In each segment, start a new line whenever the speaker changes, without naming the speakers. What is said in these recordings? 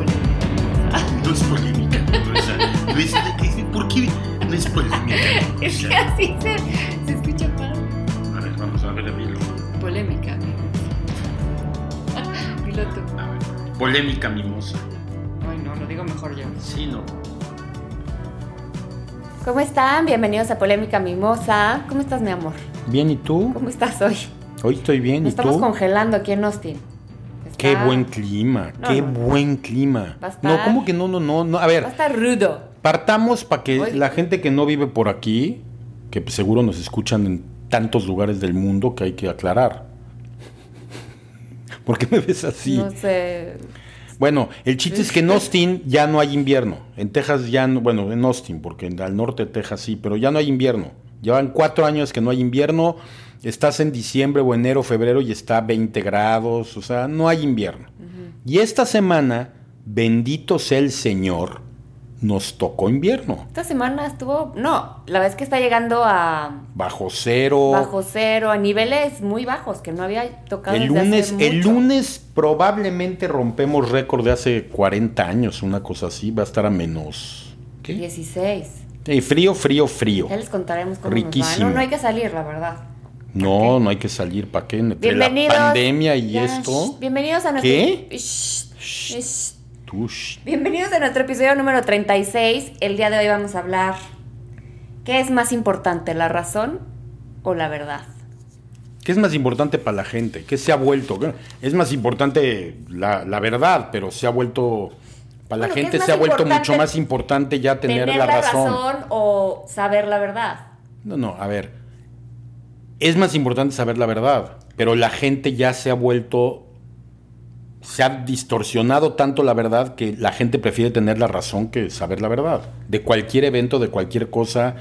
es que así se, se escucha mal.
A ver, vamos a ver el hilo.
Polémica. Ah, Piloto.
A ver. Polémica mimosa.
Ay, no, lo digo mejor yo.
Sí, no.
¿Cómo están? Bienvenidos a Polémica Mimosa. ¿Cómo estás, mi amor?
Bien, ¿y tú?
¿Cómo estás hoy?
Hoy estoy bien,
Nos
¿y
estamos
tú?
congelando aquí en Austin.
Qué
Está-
buen clima,
No,
qué
no, no.
buen clima.
Va a estar-
No, ¿cómo que no, no, no? no? A
Va a
ver,
estar rudo.
partamos para que
Oye.
la gente que no vive por aquí, que pues seguro nos escuchan en tantos lugares del mundo que hay que aclarar. ¿Por qué me ves así?
No sé.
Bueno, el chiste es que
Este
en Austin ya no hay invierno. En Texas ya no, bueno, en Austin, porque en- al norte de Texas sí, pero ya no hay invierno. Llevan cuatro años que no hay invierno. Estás en diciembre o enero, febrero y está a 20 grados, o sea, no hay invierno. Y esta semana, bendito sea el Señor, nos tocó invierno.
Esta semana estuvo. No, la verdad es que está llegando a
Bajo cero.
bajo cero, a niveles muy bajos que no había tocado.
el
desde hace
lunes, el
mucho.
lunes probablemente rompemos récord de hace 40 años, una cosa así, va a estar a menos. ¿Qué?
16.
Eh, frío, frío, frío.
Ya les contaremos cómo nos va.
Riquísimo.
No, no hay que salir, la verdad.
No, no hay que salir para qué. Entre la
Bienvenidos.
pandemia y
Ya,
esto.
shh, Bienvenidos a nuestro.
¿Qué?
Shh, shh.
Tú, sh-
Bienvenidos a nuestro episodio número 36. El día de hoy vamos a hablar ¿Qué es más importante, la razón o la verdad?
¿Qué es más importante para la gente? ¿Qué se ha vuelto? ¿Qué- Es más importante la, la verdad, pero se ha vuelto. Para la
Bueno, ¿qué
gente
es
se ha
más
vuelto mucho
importante?
más importante ya tener, la, razón.
o saber la verdad.
No, no, a ver. Es más importante saber la verdad, pero la gente ya se ha vuelto. Se ha distorsionado tanto la verdad que la gente prefiere tener la razón que saber la verdad. De cualquier evento, de cualquier cosa.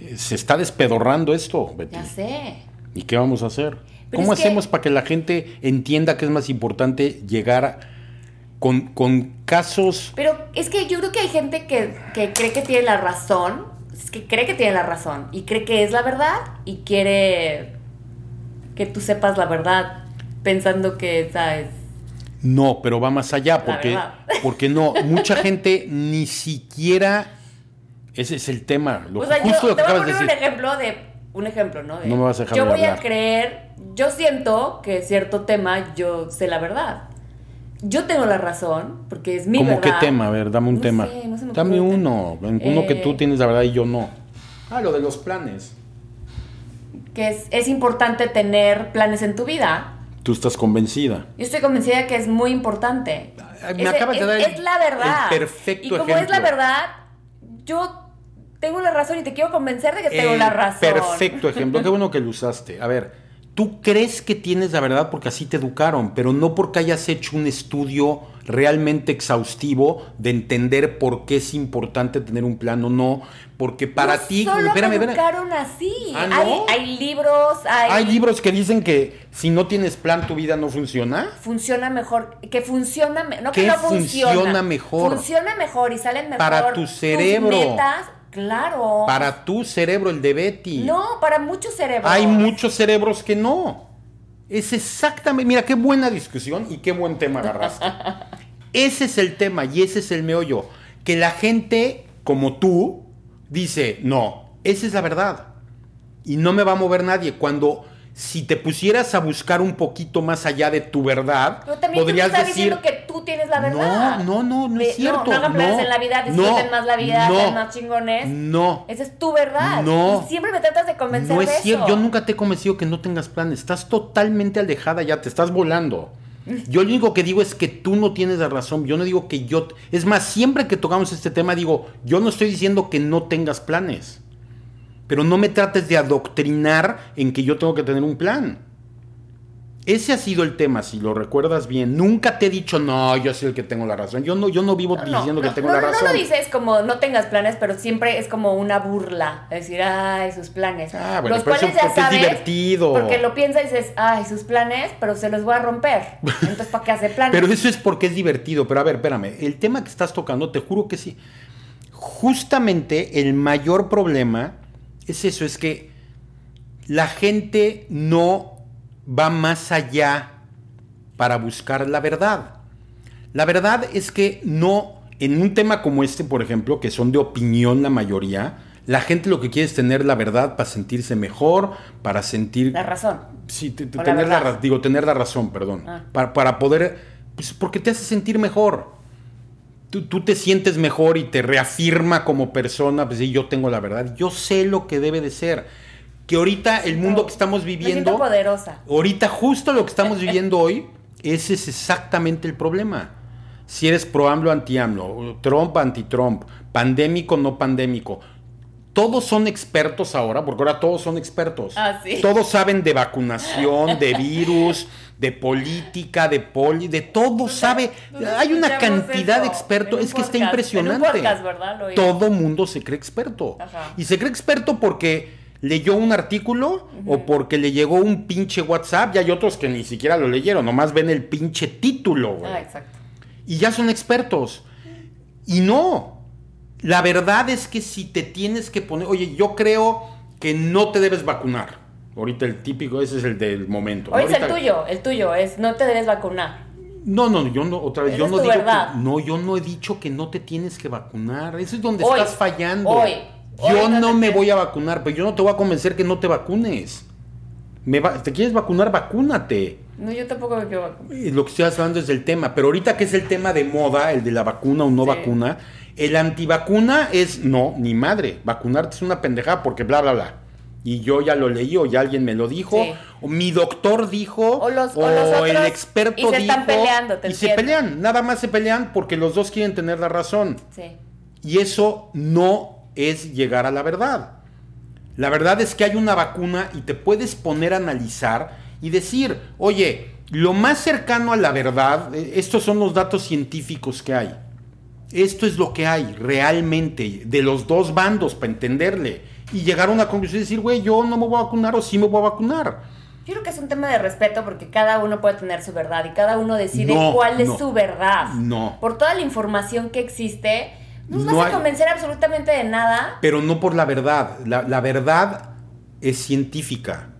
eh, Se está despedorrando esto, Betty.
Ya sé.
¿Y qué vamos a hacer?
Pero
¿Cómo
es que-
hacemos para que la gente entienda que es más importante llegar a- con, con casos
Pero es que yo creo que hay gente que, que cree que tiene la razón, es que cree que tiene la razón y cree que es la verdad y quiere que tú sepas la verdad pensando que esa es...
No, pero va más allá, porque,
verdad.
porque no, mucha gente ni siquiera. Ese es el tema. Lo,
o sea,
justo
yo
lo
te voy
que
a
acabas de
poner
decir.
un ejemplo de... Un ejemplo, ¿no? De,
No me vas a dejar
Yo
de
voy a
hablar.
creer, yo siento que cierto tema yo sé la verdad. Yo tengo la razón porque es mi
¿Cómo
verdad.
qué tema? A ver, dame un
No
tema.
sé, no se me
dame
ocurre un
uno.
tema.
Uno que
Eh,
tú tienes la verdad y yo no. Ah, lo de los planes.
Que es, es importante tener planes en tu vida.
Tú estás convencida.
Yo estoy convencida de que es muy importante.
Ay, me
Es-
acabas de
es-
dar el-
Es la verdad.
el perfecto
Y como es
ejemplo.
la verdad, yo tengo la razón y te quiero convencer de que tengo
Eh,
la razón.
Perfecto ejemplo. Qué bueno que lo usaste. A ver, tú crees que tienes la verdad porque así te educaron, pero no porque hayas hecho un estudio realmente exhaustivo de entender por qué es importante tener un plan o no, porque para
No
ti...
Solo
espérame,
me
espérame.
educaron así.
Ah, ¿no?
hay, hay libros, hay,
Hay libros que dicen que si no tienes plan tu vida no funciona.
Funciona mejor. Que funciona. me- No que
¿Qué
no funciona.
funciona mejor?
Funciona mejor y salen mejor.
Para tu
tus
cerebro.
metas, claro.
Para tu cerebro, el de Betty.
No, para muchos cerebros.
Hay muchos cerebros que no. Es exactamente, mira, qué buena discusión y qué buen tema agarraste. ese es el tema y ese es el meollo. Que la gente como tú dice, no, esa es la verdad. Y no me va a mover nadie. Cuando si te pusieras a buscar un poquito más allá de tu verdad,
Pero también
podrías
tú me estás
decir...
diciendo que tú tienes la verdad.
No, no, no, no
Ve-
es cierto.
No, no hagan planes
no,
en la vida,
no,
disfruten más la vida,
no,
sean más chingones.
No.
Esa es tu verdad.
No.
Y siempre me tratas de convencer
No
de
es cierto,
eso.
yo nunca te he convencido que no tengas planes. Estás totalmente alejada ya, te estás volando. Yo lo único que digo es que tú no tienes la razón. Yo no digo que yo. Es más, siempre que tocamos este tema, digo, yo no estoy diciendo que no tengas planes. Pero no me trates de adoctrinar en que yo tengo que tener un plan. Ese ha sido el tema, si lo recuerdas bien. Nunca te he dicho, no, yo soy el que tengo la razón. Yo no, yo no vivo
No, no,
diciendo que
no,
tengo
no,
la
no,
razón.
No lo dices como no tengas planes, pero siempre es como una burla. Decir, ay, sus planes.
Ah, bueno,
los
pero eso
cuales ya
porque es
sabes.
divertido.
Porque lo piensas y dices, ay, sus planes, pero se los voy a romper. Entonces, ¿para qué hace planes?
Pero eso es porque es divertido. Pero a ver, espérame. El tema que estás tocando, te juro que sí. Justamente el mayor problema es eso, es que la gente no va más allá para buscar la verdad. La verdad es que no, en un tema como este, por ejemplo, que son de opinión la mayoría, La gente lo que quiere es tener la verdad para sentirse mejor, para sentir...
La razón.
Sí, te- te-
O la
tener la,
verdad.
ra- digo, tener la razón, perdón.
Ah.
Para, para poder, pues porque te hace sentir mejor. Tú, tú te sientes mejor y te reafirma como persona, pues sí, yo tengo la verdad, yo sé lo que debe de ser. Que ahorita el mundo que estamos
Me siento
viviendo,
poderosa.
ahorita justo lo que estamos viviendo hoy, ese es exactamente el problema. Si eres pro AMLO, anti AMLO, Trump, anti Trump, pandémico, no pandémico. Todos son expertos ahora, porque ahora todos son expertos.
Ah, sí.
Todos saben de vacunación, de virus, de política, de poli, de todo sabe.
¿Dónde
Hay una
escuchamos
cantidad de
eso? En
expertos.
un
Es que está
podcast.
impresionante.
En un podcast, ¿verdad? Lo oí.
Todo mundo se cree experto.
Ajá.
Y se cree experto porque leyó un artículo o porque le llegó un pinche WhatsApp. Y hay otros que ni siquiera lo leyeron, nomás ven el pinche título, güey.
Ah, exacto.
Y ya son expertos. Y no. La verdad es que si te tienes que poner. Oye, yo creo que no te debes vacunar. Ahorita el típico, ese es el del momento.
Hoy es el
pues Ahorita-
tuyo, el tuyo es no te debes vacunar.
No, no, yo no, otra vez,
Esa
yo
es
no
tu
digo que-
verdad.
no, yo no he dicho que no te tienes que vacunar. Eso es donde
Hoy,
estás fallando.
hoy, hoy
yo
no te
no, me
tienes-
voy a vacunar, pero yo no te voy a convencer que no te vacunes. Me va- ¿Te quieres vacunar? Vacúnate.
No, yo tampoco me quiero vacunar.
Eh, Lo que estoy hablando es del tema, pero ahorita que es el tema de moda, el de la vacuna o no
Sí.
vacuna, el antivacuna es no, ni madre, vacunarte es una pendejada porque bla, bla, bla. Y yo ya lo leí o ya alguien me lo dijo,
Sí.
o mi doctor dijo,
O los- o los
el
otros,
experto
y se
dijo,
están peleando, te
y se
entiendo.
pelean, nada más se pelean porque los dos quieren tener la razón.
Sí.
Y eso no es llegar a la verdad. La verdad es que hay una vacuna y te puedes poner a analizar y decir, oye, lo más cercano a la verdad, eh, estos son los datos científicos que hay. Esto es lo que hay realmente de los dos bandos para entenderle y llegar a una conclusión y decir, güey, yo no me voy a vacunar o sí me voy a vacunar.
Yo creo que es un tema de respeto porque cada uno puede tener su verdad y cada uno decide
No,
cuál es
no.
su verdad.
No.
Por toda la información que existe, no nos
No
vas
hay-
a convencer absolutamente de nada.
pero no por la verdad. La, la verdad es científica.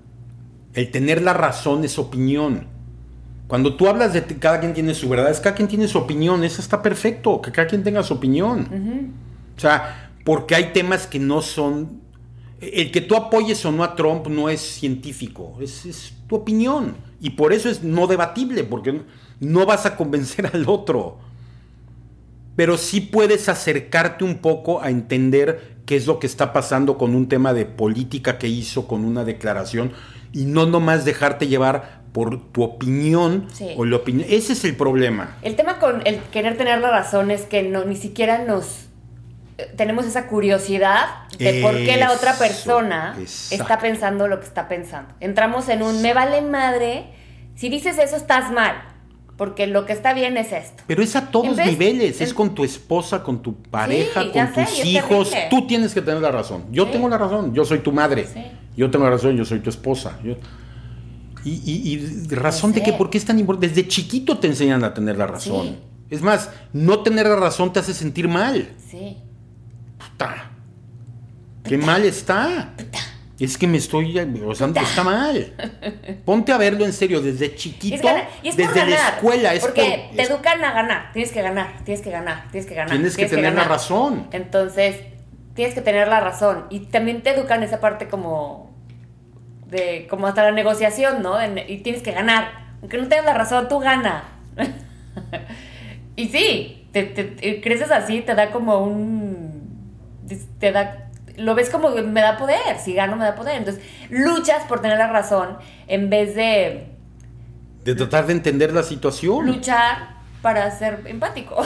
El tener la razón es opinión. Cuando tú hablas de que cada quien tiene su verdad, es cada quien tiene su opinión. Eso está perfecto, que cada quien tenga su opinión. O sea, porque hay temas que no son... El que tú apoyes o no a Trump no es científico, es, es tu opinión. Y por eso es no debatible, porque no- no vas a convencer al otro pero sí puedes acercarte un poco a entender qué es lo que está pasando con un tema de política que hizo, con una declaración, y no nomás dejarte llevar por tu opinión
Sí.
o la opinión. Ese es el problema.
El tema con el querer tener la razón es que no, ni siquiera nos eh, tenemos esa curiosidad de por qué la otra
Eso,
persona está
exacto.
pensando lo que está pensando. Entramos en un me vale madre, si dices eso estás mal, porque lo que está bien es esto.
Pero es a todos
En vez-
niveles, es
en-
con tu esposa, con tu pareja,
Sí, ya
con
sé,
tus
y es
hijos.
terrible.
Tú tienes que tener la razón. Yo
Sí.
tengo la razón, yo soy tu madre.
Sí.
Yo tengo la razón, yo soy tu esposa. Yo- Y, y- y razón
Ya
de que
sé.
por qué es tan importante. Desde chiquito te enseñan a tener la razón.
Sí.
Es más, no tener la razón te hace sentir mal.
Sí.
Puta. Qué mal está. Es que me estoy. O sea, está mal. Ponte a verlo en serio, desde
Y es
chiquito,
ganar- y es por
desde
ganar,
la escuela. Es
porque
por-
te
es-
educan a ganar. Tienes que ganar, tienes que ganar, tienes que ganar.
Tienes que tener la
ganar.
razón.
Entonces, tienes que tener la razón. Y también te educan esa parte como. de como hasta la negociación, ¿no? De ne- y tienes que ganar. Aunque no tengas la razón, tú gana. y sí, te, te- te- creces así, te da como un. te da. Lo ves como que me da poder, si gano me da poder. Entonces, luchas por tener la razón en vez de
de tratar de entender la situación.
luchar para ser empático.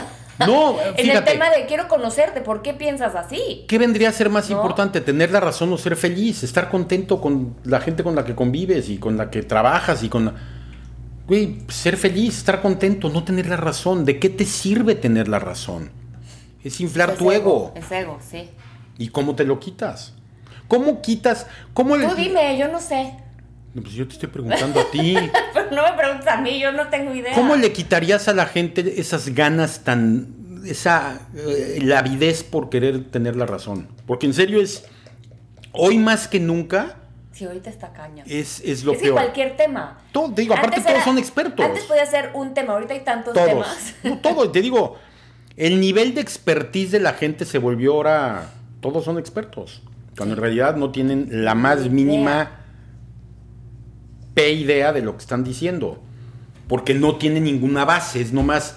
No,
en el
fíjate.
tema de quiero conocerte, ¿por qué piensas así?
¿Qué vendría a ser más
No.
importante? ¿Tener la razón o ser feliz? ¿Estar contento con la gente con la que convives y con la que trabajas y con la... Güey, ser feliz, estar contento, no tener la razón. ¿De qué te sirve tener la razón? Es inflar
Es
tu ego.
Es ego, sí.
¿Y cómo te lo quitas? ¿Cómo quitas? ¿Cómo le-
Tú dime, yo no sé.
No, pues yo te estoy preguntando a ti.
Pero no me preguntes a mí, yo no tengo idea.
¿Cómo le quitarías a la gente esas ganas tan. esa eh, lavidez por querer tener la razón? Porque en serio es. Hoy más que nunca
Si ahorita está caña.
es, es lo
es que
peor.
cualquier tema.
Todo- te digo, aparte
Antes
todos
era-
son expertos.
Antes podía ser un tema, ahorita hay tantos
todos.
temas.
No, todos, te digo, el nivel de expertise de la gente se volvió ahora. Todos son expertos. Cuando en realidad no tienen la más mínima P idea de lo que están diciendo. Porque no tienen ninguna base, es nomás.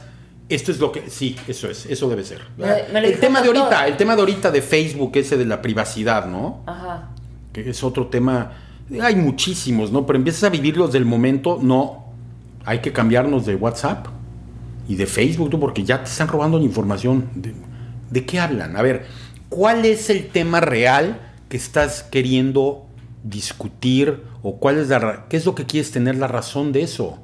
Esto es lo que. Sí, eso es, eso debe ser.
Me lo- me lo
el
dijo
tema de
el
ahorita,
doctor.
el tema de ahorita de Facebook, ese de la privacidad, ¿no?
Ajá.
que es otro tema. Hay muchísimos, ¿no? Pero empiezas a vivirlos del momento, no. Hay que cambiarnos de WhatsApp y de Facebook, tú, porque ya te están robando la información. ¿De, de qué hablan? A ver, ¿cuál es el tema real que estás queriendo discutir? ¿O cuál es la ra- qué es lo que quieres tener la razón de eso?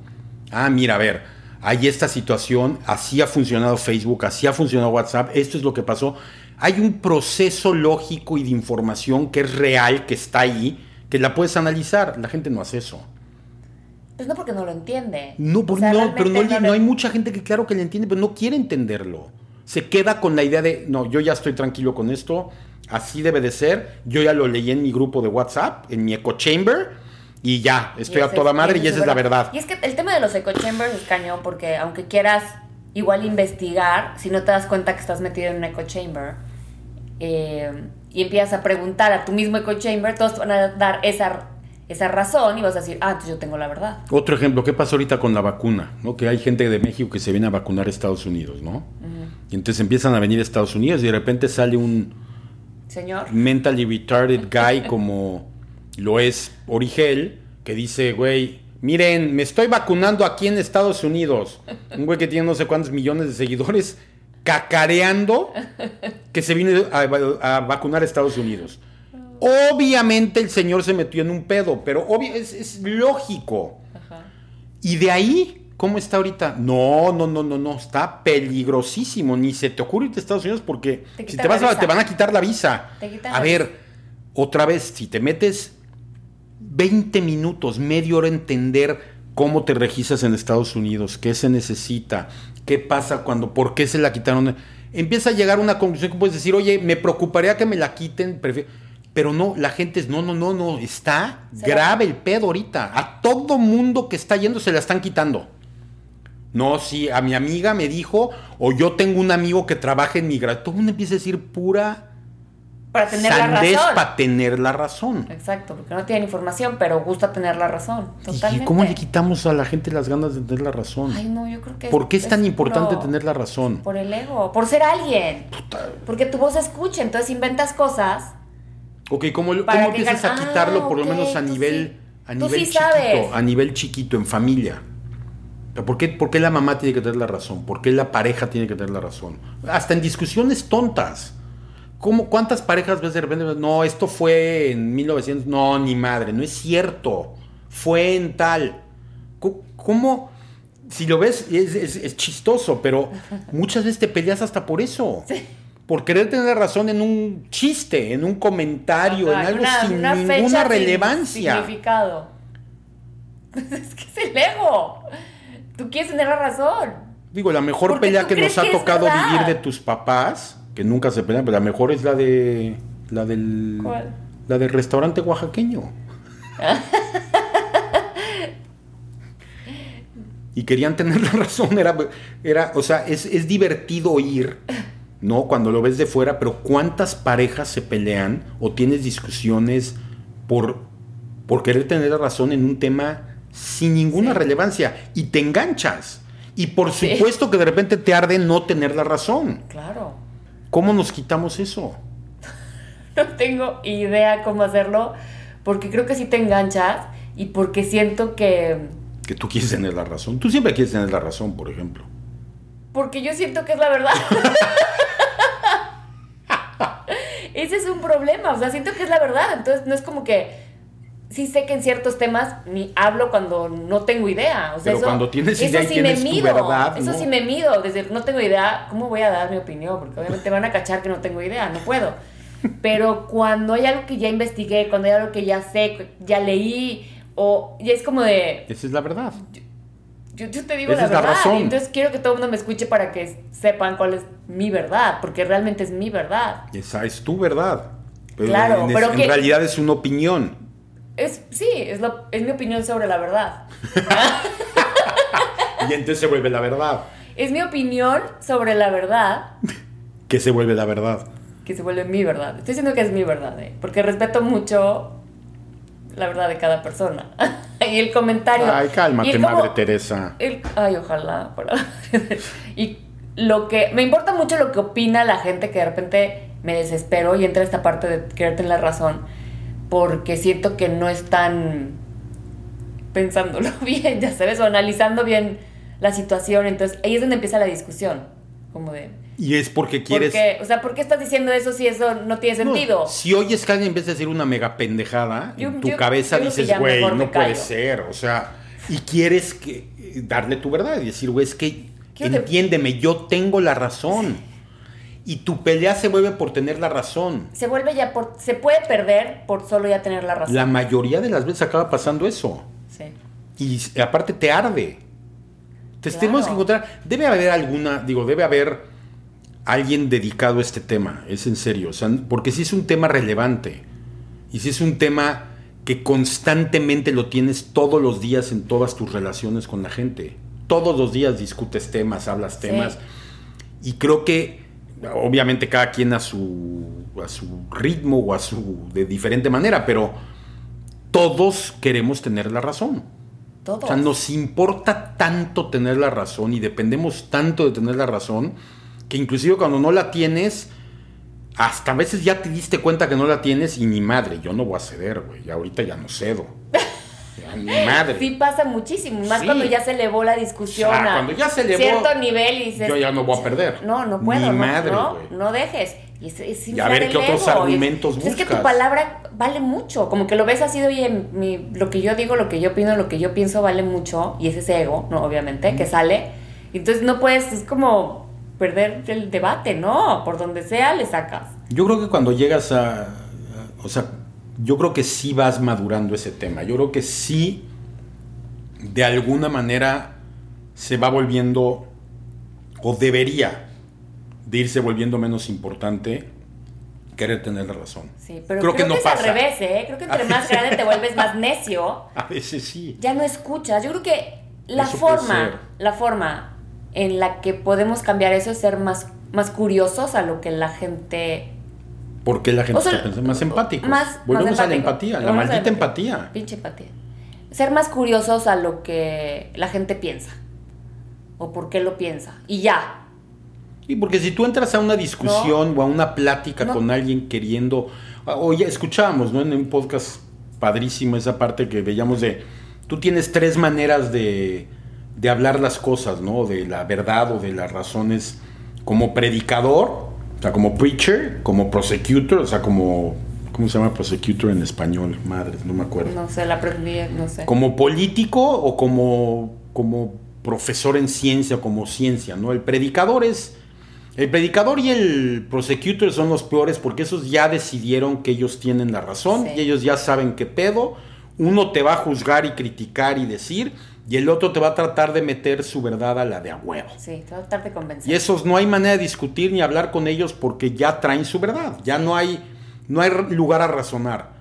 Ah, mira, a ver, hay esta situación, así ha funcionado Facebook, así ha funcionado WhatsApp, esto es lo que pasó. Hay un proceso lógico y de información que es real, que está ahí, que la puedes analizar. La gente no hace eso.
Pues no porque no lo entiende.
No, por-
O sea,
no, pero no,
realmente
le- no
lo-
hay mucha gente que claro que le entiende, pero no quiere entenderlo. Se queda con la idea de, no, yo ya estoy tranquilo con esto, así debe de ser, yo ya lo leí en mi grupo de WhatsApp, en mi echo chamber, y ya, estoy
Y
a
ese
toda
es-
madre
ese
y esa es la verdad.
Y es que el tema de los echo chambers es cañón porque aunque quieras igual investigar, si no te das cuenta que estás metido en un echo chamber eh, y empiezas a preguntar a tu mismo echo chamber, todos te van a dar esa, esa razón y vas a decir, ah, entonces yo tengo la verdad.
Otro ejemplo, ¿qué pasó ahorita con la vacuna? ¿No? Que hay gente de México que se viene a vacunar a Estados Unidos, ¿no? Y entonces empiezan a venir a Estados Unidos y de repente sale un
Señor.
mentally retarded guy como lo es Origel, que dice, güey, miren, me estoy vacunando aquí en Estados Unidos. Un güey que tiene no sé cuántos millones de seguidores cacareando que se vino a, va- a vacunar a Estados Unidos. Obviamente el señor se metió en un pedo, pero obvio, es, es lógico. Y de ahí, ¿cómo está ahorita? No, no, no, no, no, está peligrosísimo. Ni se te ocurre irte a Estados Unidos porque
Te
si
quitan
te
la
vas a,
visa.
te van a quitar la visa.
Te quitan
a
la
ver, otra vez, si te metes 20 minutos, media hora entender cómo te registras en Estados Unidos, qué se necesita, qué pasa cuando, por qué se la quitaron. Empieza a llegar a una conclusión que puedes decir, oye, me preocuparía que me la quiten, prefiero- Pero no, la gente es, no, no, no, no, está
Se la-
grave el pedo ahorita. A todo mundo que está yendo se la están quitando. No, sí, a mi amiga me dijo, o yo tengo un amigo que trabaja en migración. Todo el mundo empieza a decir pura
Para tener
sandez
la razón.
para tener la razón.
Exacto, porque no tienen información, pero gusta tener la razón. Totalmente.
¿Y cómo le quitamos a la gente las ganas de tener la razón?
Ay, pues, no, yo creo que
¿Por qué es tan
puro-
importante tener la razón?
Por el ego, por ser alguien. Porque tu voz se escucha, entonces inventas cosas
Ok, ¿cómo, lo-
Para
cómo
que
empiezas a
digas, "Ah,
quitarlo por
ok,
lo menos a
tú
nivel,
sí.
a
Tú
nivel
sí
chiquito?
sabes.
A nivel chiquito, en familia. O sea, ¿Por qué, ¿Por qué la mamá tiene que tener la razón? ¿Por qué la pareja tiene que tener la razón? Hasta en discusiones tontas. ¿Cómo, ¿Cuántas parejas ves de repente? No, esto fue en 1900. No, ni madre, no es cierto. Fue en tal. Co- ¿Cómo? Si lo ves, es, es- es chistoso, pero muchas veces te peleas hasta por eso. Por querer tener razón en un chiste, en un comentario, en
Ajá,
algo
una-
sin
una
ninguna
fecha sin
relevancia.
significado. Es que es el ego. Tú quieres tener la razón.
Digo, la mejor
Porque
pelea
tú
que
crees
nos ha
que es
tocado
verdad.
vivir de tus papás, que nunca se pelean, pero la mejor es la de la del
¿Cuál?
la del restaurante oaxaqueño. y querían tener la razón, era, era o sea, es, es divertido oír, ¿no? Cuando lo ves de fuera, pero cuántas parejas se pelean o tienes discusiones por por querer tener la razón en un tema sin ninguna relevancia y te enganchas. Y por
Sí.
supuesto que de repente te arde no tener la razón.
Claro.
¿Cómo nos quitamos eso?
No tengo idea cómo hacerlo porque creo que sí te enganchas y porque siento que
Que tú quieres tener la razón. Tú siempre quieres tener la razón, por ejemplo.
Porque yo siento que es la verdad. Ese es un problema, o sea, siento que es la verdad. Entonces, no es como que. Sí sé que en ciertos temas ni hablo cuando no tengo idea. O sea,
Pero
eso-
cuando tienes
eso
idea y
sí
tienes
me
tu
mido.
verdad,
Eso
¿no?
sí me mido. Desde no tengo idea, ¿cómo voy a dar mi opinión? Porque obviamente van a cachar que no tengo idea, no puedo. Pero cuando hay algo que ya investigué, cuando hay algo que ya sé, ya leí, o ya es como de,
Esa es la verdad.
yo, yo te digo
Esa
la
es la
verdad.
razón.
y Entonces quiero que todo el mundo me escuche para que sepan cuál es mi verdad, porque realmente es mi verdad.
Esa es tu verdad. Pero
Claro,
en, es-
pero
en
que-
realidad es una opinión.
Es, sí, es, la- es mi opinión sobre la verdad.
Y entonces se vuelve la verdad.
Es mi opinión sobre la verdad
¿Qué se vuelve la verdad?
que se vuelve mi verdad. Estoy diciendo que es mi verdad, ¿eh? porque respeto mucho la verdad de cada persona. y el comentario.
Ay,
y
cálmate,
el cómo-
madre Teresa.
el- ay, ojalá. para- y lo que. Me importa mucho lo que opina la gente que de repente me desespero y entra esta parte de querer tener la razón. Porque siento que no están pensándolo bien, ya sabes, o analizando bien la situación. Entonces ahí es donde empieza la discusión. Como de.
Y es porque
¿por
quieres.
qué? O sea, ¿por qué estás diciendo eso si eso no tiene sentido?
No, si oyes que alguien empieza a decir una mega pendejada,
Yo-
en tu
yo-
cabeza
yo creo que
dices,
ya
güey,
mejor me
no puede
callo".
ser. O sea, y quieres que, darle tu verdad y decir, güey, es que
Quiero te-
entiéndeme, yo tengo la razón. Y tu pelea se vuelve por tener la razón.
Se vuelve ya por. Se puede perder por solo ya tener la razón.
La mayoría de las veces acaba pasando eso.
Sí.
Y s- aparte te arde. Entonces
Claro.
tenemos que encontrar, debe haber alguna, digo, debe haber alguien dedicado a este tema, es en serio, o sea, porque si es un tema relevante y si es un tema que constantemente lo tienes todos los días en todas tus relaciones con la gente. Todos los días discutes temas, hablas
Sí.
temas. Y creo que obviamente cada quien a su a su ritmo o a su de diferente manera, pero todos queremos tener la razón.
Todo.
O sea, nos importa tanto tener la razón y dependemos tanto de tener la razón que inclusive cuando no la tienes, hasta a veces ya te diste cuenta que no la tienes y ni madre, yo no voy a ceder, güey. Ya ahorita ya no cedo. Ya ni madre.
Sí pasa muchísimo, más
Sí.
cuando ya se elevó la discusión
O sea,
a
cuando ya se elevó,
cierto nivel y dices,
yo ya no voy a perder.
No, no puedo,
Ni
no,
madre,
no,
güey.
no dejes. Y, es- es
Y a ver
inflar
qué
el
otros
ego, y es-
argumentos
pues Es que tu
buscas.
palabra vale mucho, como que lo ves así de, oye, mi- lo que yo digo, lo que yo opino, lo que yo pienso vale mucho, y es ese ego, no, obviamente, que sale. Entonces no puedes, es como perder el debate, ¿no? Por donde sea le sacas.
Yo creo que cuando llegas a, a- O sea, yo creo que sí vas madurando ese tema. Yo creo que sí, de alguna manera, se va volviendo, o debería, de irse volviendo menos importante querer tener la razón.
Sí, pero
Creo
creo,
que
que,
no
es
pasa.
al revés, ¿eh? Creo que entre más grande te vuelves más necio.
A veces sí.
ya no escuchas. Yo creo que la
Eso puede ser.
forma, la forma en la que podemos cambiar eso es ser más, más curiosos a lo que la gente.
Porque la gente
O sea,
está pensando más empático.
más-
Volvemos
más
a la
empático.
empatía, la
Volvemos a la
maldita
empatía.
empatía.
Pinche empatía. Ser más curiosos a lo que la gente piensa. O por qué lo piensa. Y ya.
Y porque si tú entras a una discusión o a una plática
No.
con alguien queriendo, oye, escuchábamos, ¿no? En un podcast padrísimo esa parte que veíamos de, tú tienes tres maneras de, de hablar las cosas, ¿no? De la verdad o de las razones como predicador, o sea, como preacher, como prosecutor, o sea, como, ¿cómo se llama prosecutor en español? Madre, no me acuerdo
No sé, la aprendí, no sé.
como político o como, como profesor en ciencia o como ciencia, ¿no? El predicador es. El predicador y el prosecutor son los peores porque esos ya decidieron que ellos tienen la razón
Sí.
y ellos ya saben qué pedo. Uno te va a juzgar y criticar y decir, y el otro te va a tratar de meter su verdad a la de a huevo.
Sí, te voy a tratar de convencer.
Y esos no hay manera de discutir ni hablar con ellos porque ya traen su verdad. Ya no hay, no hay lugar a razonar.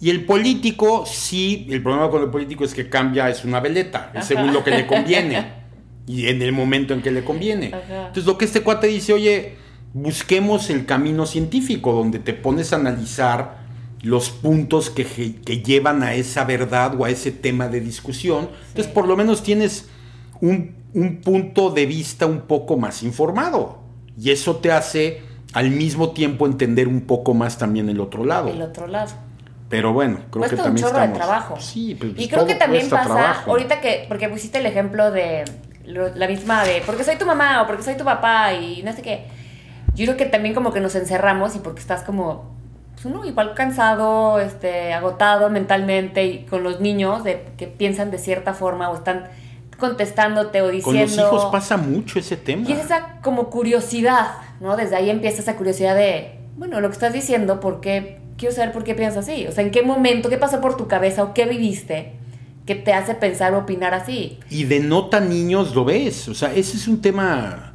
Y el político, sí, el problema con el político es que cambia, es una veleta, es según lo que le conviene y en el momento en que le conviene.
Ajá.
Entonces, lo que este cuate dice, oye, busquemos el camino científico donde te pones a analizar los puntos que, ge- que llevan a esa verdad o a ese tema de discusión. Entonces,
Sí.
por lo menos tienes un, un punto de vista un poco más informado. Y eso te hace al mismo tiempo entender un poco más también el otro lado.
El otro lado.
Pero bueno, creo que
cuesta un
también
chorro
estamos...
de trabajo.
Sí, pero
y
pues
creo que
todo
también
cuesta
pasa,
trabajo.
ahorita que, porque pusiste el ejemplo de lo- la misma de, porque soy tu mamá o porque soy tu papá y no sé qué. Yo creo que también como que nos encerramos y porque estás como, pues uno igual cansado, este, agotado mentalmente y con los niños de, que piensan de cierta forma o están contestándote o
Con
diciendo...
los hijos pasa mucho ese tema.
Y es esa como curiosidad, ¿no? Desde ahí empieza esa curiosidad de, bueno, lo que estás diciendo, ¿por qué? Quiero saber por qué piensas así. O sea, ¿en qué momento, qué pasó por tu cabeza o qué viviste que te hace pensar o opinar así?
y denota niños, lo ves. O sea, ese es un tema,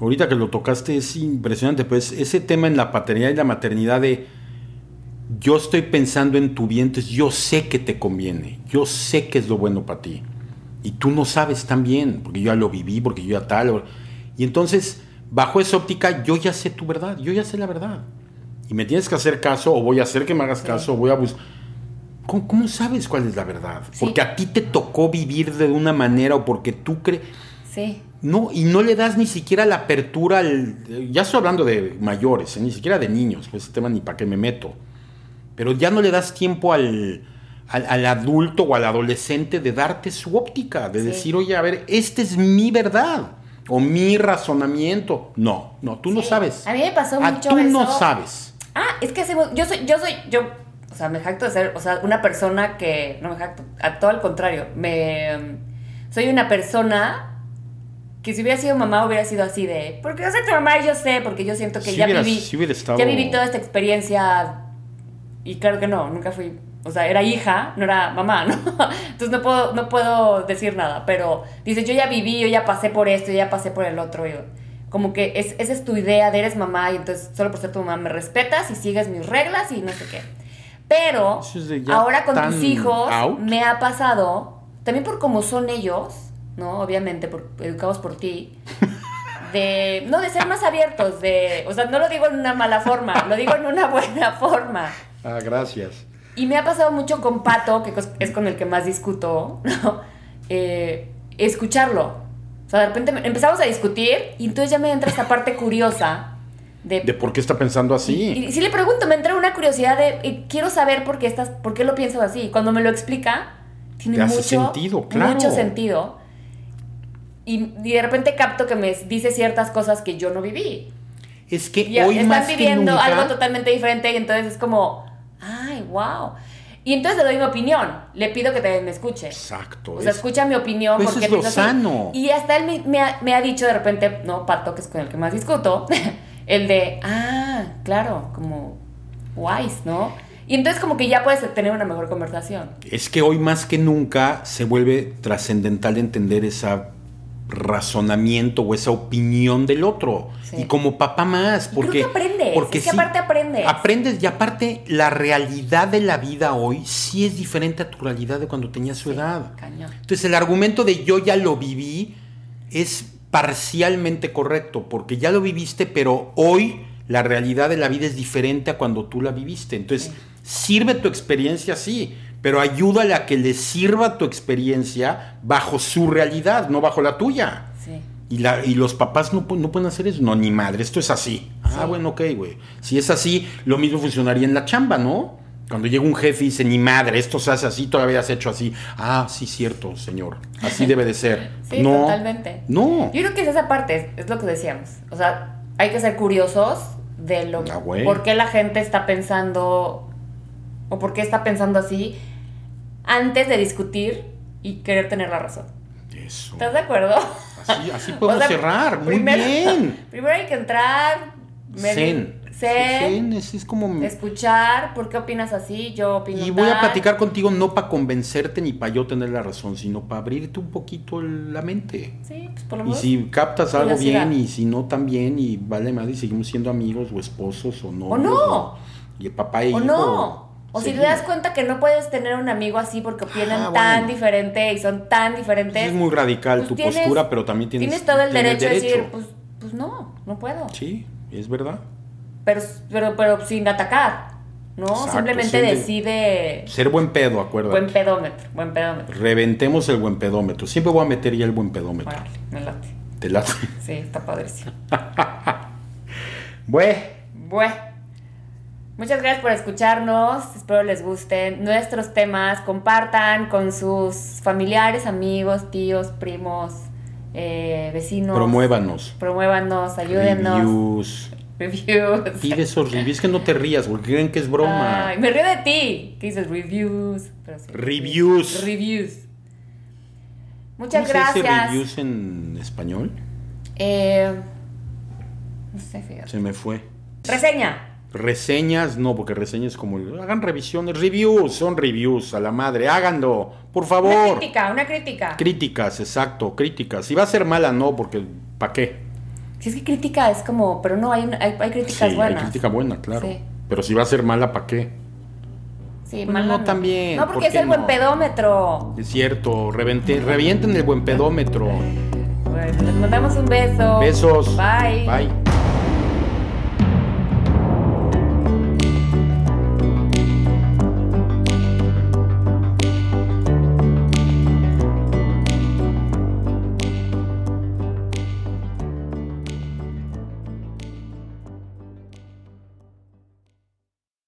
ahorita que lo tocaste, es impresionante, pues ese tema en la paternidad y la maternidad de yo estoy pensando en tu bien, entonces yo sé que te conviene, yo sé que es lo bueno para ti. Y tú no sabes también, porque yo ya lo viví, porque yo ya tal. o- Y entonces, bajo esa óptica, yo ya sé tu verdad, yo ya sé la verdad. y me tienes que hacer caso o voy a hacer que me hagas caso o voy a buscar... ¿Cómo, cómo sabes cuál es la verdad?
Sí.
Porque a ti te tocó vivir de una manera o porque tú crees...
Sí.
No, y no le das ni siquiera la apertura al... Ya estoy hablando de mayores, eh, ni siquiera de niños, pues ese tema ni para qué me meto. Pero ya no le das tiempo al, al, al adulto o al adolescente de darte su óptica, de
Sí.
decir, oye, a ver, esta es mi verdad o mi razonamiento. No, no, tú no
Sí.
sabes.
A mí me pasó
Ah,
mucho
Tú no
eso.
sabes.
Ah, es que hacemos. Yo soy, yo soy, yo. O sea, me jacto de ser, o sea, una persona que. No me jacto. A todo al contrario. Me. mm, Soy una persona que si hubiera sido mamá hubiera sido así de. Porque yo soy tu mamá y yo sé, porque yo siento que
Si
ya
hubieras-
viví.
si hubiera estado-
Ya viví toda esta experiencia. Y claro que no, nunca fui. O sea, era hija, no era mamá, ¿no? Entonces no puedo, no puedo decir nada. Pero dices, yo ya viví, yo ya pasé por esto, yo ya pasé por el otro. y como que es, esa es tu idea de eres mamá y entonces solo por ser tu mamá me respetas y sigues mis reglas y no sé qué. Pero
Eso es de ya
ahora con tus
tan
hijos
out.
me ha pasado, también por cómo son ellos, ¿no? Obviamente, por, educados por ti, de, no, de ser más abiertos, de, o sea, no lo digo en una mala forma, lo digo en una buena forma.
Ah, gracias.
Y me ha pasado mucho con Pato, que cos- es con el que más discuto, ¿no? Eh, escucharlo. O sea, de repente me- empezamos a discutir y entonces ya me entra esta parte curiosa de...
¿De por qué está pensando así?
y, y si le pregunto, me entra una curiosidad de... eh, quiero saber por qué, estás, por qué lo piensas así. Y Cuando me lo explica, tiene
Te hace
mucho,
sentido, claro.
mucho sentido. Y, y de repente capto que me dice ciertas cosas que yo no viví.
es que
Ya,
hoy
están
más que
viviendo
nunca-
algo totalmente diferente y entonces es como, ay, wow. Y entonces le doy mi opinión, le pido que también me escuche.
Exacto.
O sea,
es-
escucha mi opinión.
Pues
porque
eso es lo
pienso así.
sano.
Y hasta él me, me ha, me ha dicho de repente, no, Pato, que es con el que más discuto, el de, ah, claro, como wise, ¿no? Y entonces como que ya puedes tener una mejor conversación.
Es que hoy más que nunca se vuelve trascendental entender ese razonamiento o esa opinión del otro.
Sí.
Y como papá más,
Y
porque...
creo que aprendes,
Porque
es que aparte aprendes.
Aprendes y aparte la realidad de la vida hoy sí es diferente a tu realidad de cuando tenías su edad.
Cañón.
Entonces el argumento de yo ya lo viví es parcialmente correcto, porque ya lo viviste, pero hoy la realidad de la vida es diferente a cuando tú la viviste. Entonces sirve tu experiencia, sí, pero ayúdale a que le sirva tu experiencia bajo su realidad, no bajo la tuya.
Sí.
Y, la- y los papás no, pu- no pueden hacer eso. No, ni madre, esto es así. Ah, bueno, ok, güey. Si es así, lo mismo funcionaría en la chamba, ¿no? Cuando llega un jefe y dice, ni madre, esto se hace así, todavía has hecho así. Ah, sí, cierto, señor. Así debe de ser.
Sí,
no,
totalmente.
No.
Yo creo que es esa parte, es lo que decíamos. O sea, hay que ser curiosos de lo
Ah, güey.
por qué la gente está pensando o por qué está pensando así antes de discutir y querer tener la razón.
Eso.
¿Estás de acuerdo?
Así, así podemos
O sea,
cerrar. Muy
primero-
bien.
Primero hay que entrar, medir-
Zen.
zen,
Zen, es, es como...
escuchar, ¿por qué opinas así? Yo opino
Y voy a
tal.
platicar contigo no para convencerte ni para yo tener la razón, sino para abrirte un poquito el- la mente.
Sí, pues por lo
Y
menos.
si captas algo
Curiosidad.
bien y si no también y vale más y seguimos siendo amigos o esposos o no.
O no.
Y el papá e
O
hijo.
no. O si
sí.
te das cuenta que no puedes tener un amigo así porque opinan
Ah,
tan
bueno.
diferente y son tan
Entonces
diferentes.
es muy radical
Pues
tu
tienes-
postura, pero también tienes,
tienes, todo el
tienes
derecho, a decir, pues, pues no, no puedo.
Sí, es verdad.
Pero, pero, pero sin atacar, ¿no?
Exacto,
Simplemente
sí, de-
decide
Ser buen pedo, acuérdate.
buen pedómetro, buen pedómetro.
Reventemos el buen pedómetro. Siempre voy a meter ya el buen pedómetro.
Órale, me late.
Te late.
Sí, está padrísimo.
Bue.
Bueno. Muchas gracias por escucharnos, espero les gusten nuestros temas, compartan con sus familiares, amigos, tíos, primos, eh, vecinos.
Promuévanos.
Promuévanos, ayúdennos.
Reviews.
Reviews.
Pide esos reviews. que no te rías, porque creen que es broma.
Ay, me río de ti. ¿Qué dices? Reviews. Pero sí.
Reviews.
Reviews.
¿Cómo
Muchas
se dice
gracias.
reviews en español?
Eh, no sé, fíjate.
Se me fue.
Reseña.
Reseñas, no, porque reseñas como el- hagan revisiones, reviews, son reviews, a la madre, háganlo, por
Una
favor.
crítica, una crítica.
Críticas, exacto, críticas. Si va a ser mala, no, porque ¿para qué?
si es que crítica es como, pero no, hay, una- hay, hay críticas
Sí, hay
buenas.
crítica buena, claro.
Sí.
Pero si va a ser mala, ¿para qué?
Sí,
Bueno,
mala
no también,
No,
¿por
porque es
qué
el buen
no?
pedómetro.
Es cierto, reventé, revienten el buen pedómetro.
Bueno, les Pues, mandamos un beso.
Besos.
Oh, Bye.
Bye.